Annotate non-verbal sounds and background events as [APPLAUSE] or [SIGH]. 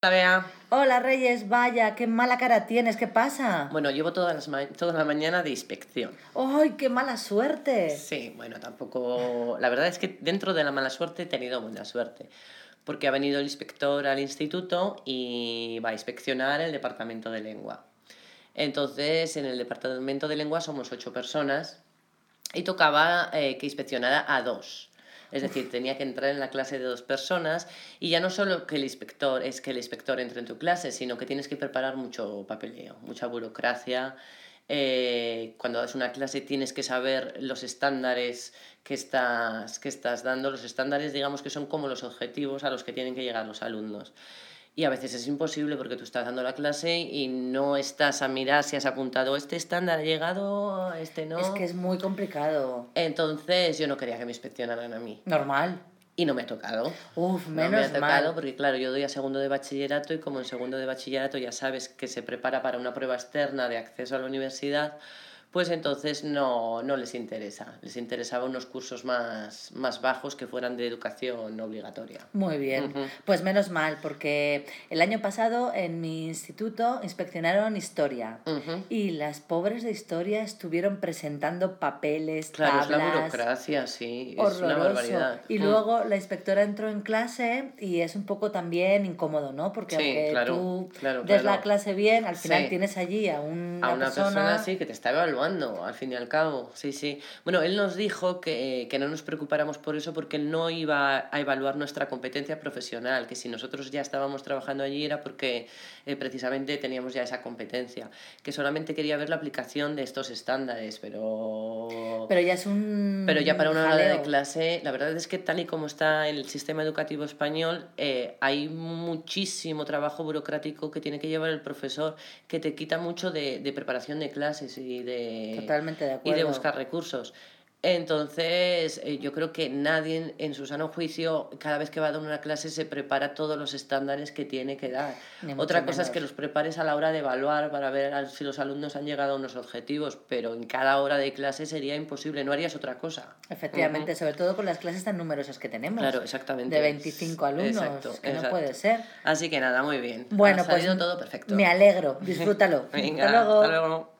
Hola, Bea. Hola Reyes, vaya, qué mala cara tienes, ¿qué pasa? Bueno, llevo todas las ma- toda la mañana de inspección. ¡Ay, qué mala suerte! Sí, bueno, tampoco... La verdad es que dentro de la mala suerte he tenido buena suerte. Porque ha venido el inspector al instituto y va a inspeccionar el departamento de lengua. Entonces, en el departamento de lengua somos ocho personas y tocaba eh, que inspeccionara a dos. Es decir, tenía que entrar en la clase de dos personas y ya no solo que el inspector es que el inspector entre en tu clase, sino que tienes que preparar mucho papeleo, mucha burocracia. Eh, cuando das una clase tienes que saber los estándares que estás, que estás dando. Los estándares, digamos que son como los objetivos a los que tienen que llegar los alumnos. Y a veces es imposible porque tú estás dando la clase y no estás a mirar si has apuntado este estándar ha llegado, este no. Es que es muy complicado. Entonces yo no quería que me inspeccionaran a mí. Normal. Y no me ha tocado. Uf, no me ha menos tocado mal. porque, claro, yo doy a segundo de bachillerato y como en segundo de bachillerato ya sabes que se prepara para una prueba externa de acceso a la universidad, pues entonces no, no les interesa. Les interesaba unos cursos más, más bajos que fueran de educación obligatoria. Muy bien. Ujú. Pues menos mal, porque el año pasado en mi instituto inspeccionaron historia. Ujú. Y las pobres de historia estuvieron presentando papeles, Claro, es la tablas, burocracia, sí, es una horroroso. barbaridad. Y Mm. luego la inspectora entró en clase y es un poco también incómodo, ¿no? Porque Sí, aunque claro, tú claro, des claro. la clase bien, al final Sí. tienes allí a una, a una Mm, persona... sí que te está evaluando al fin y al cabo sí sí bueno él nos dijo que, que no nos preocupáramos por eso porque no iba a evaluar nuestra competencia profesional que si nosotros ya estábamos trabajando allí era porque eh, precisamente teníamos ya esa competencia que solamente quería ver la aplicación de estos estándares pero Pero ya es un. pero ya para una hora de Mm, jaleo. clase, la verdad es que tal y como está el sistema educativo español, eh, hay muchísimo trabajo burocrático que tiene que llevar el profesor que te quita mucho de, de preparación de clases y de, Totalmente de y acuerdo. de buscar recursos. Entonces, eh, yo creo que nadie en, en su sano juicio, cada vez que va a dar una clase, se prepara todos los estándares que tiene que dar. Ni mucho Otra cosa es menos. que los prepares a la hora de evaluar para ver a- si los alumnos han llegado a unos objetivos, pero en cada hora de clase sería imposible, no harías otra cosa. Efectivamente, sobre todo con las clases tan numerosas que tenemos. Claro, exactamente. De 25 alumnos, Exacto, que no exacto. puede ser. Así que nada, muy bien. Bueno, ha salido pues todo perfecto. Me alegro, disfrútalo. [LAUGHS] Venga, Hasta luego. Hasta luego.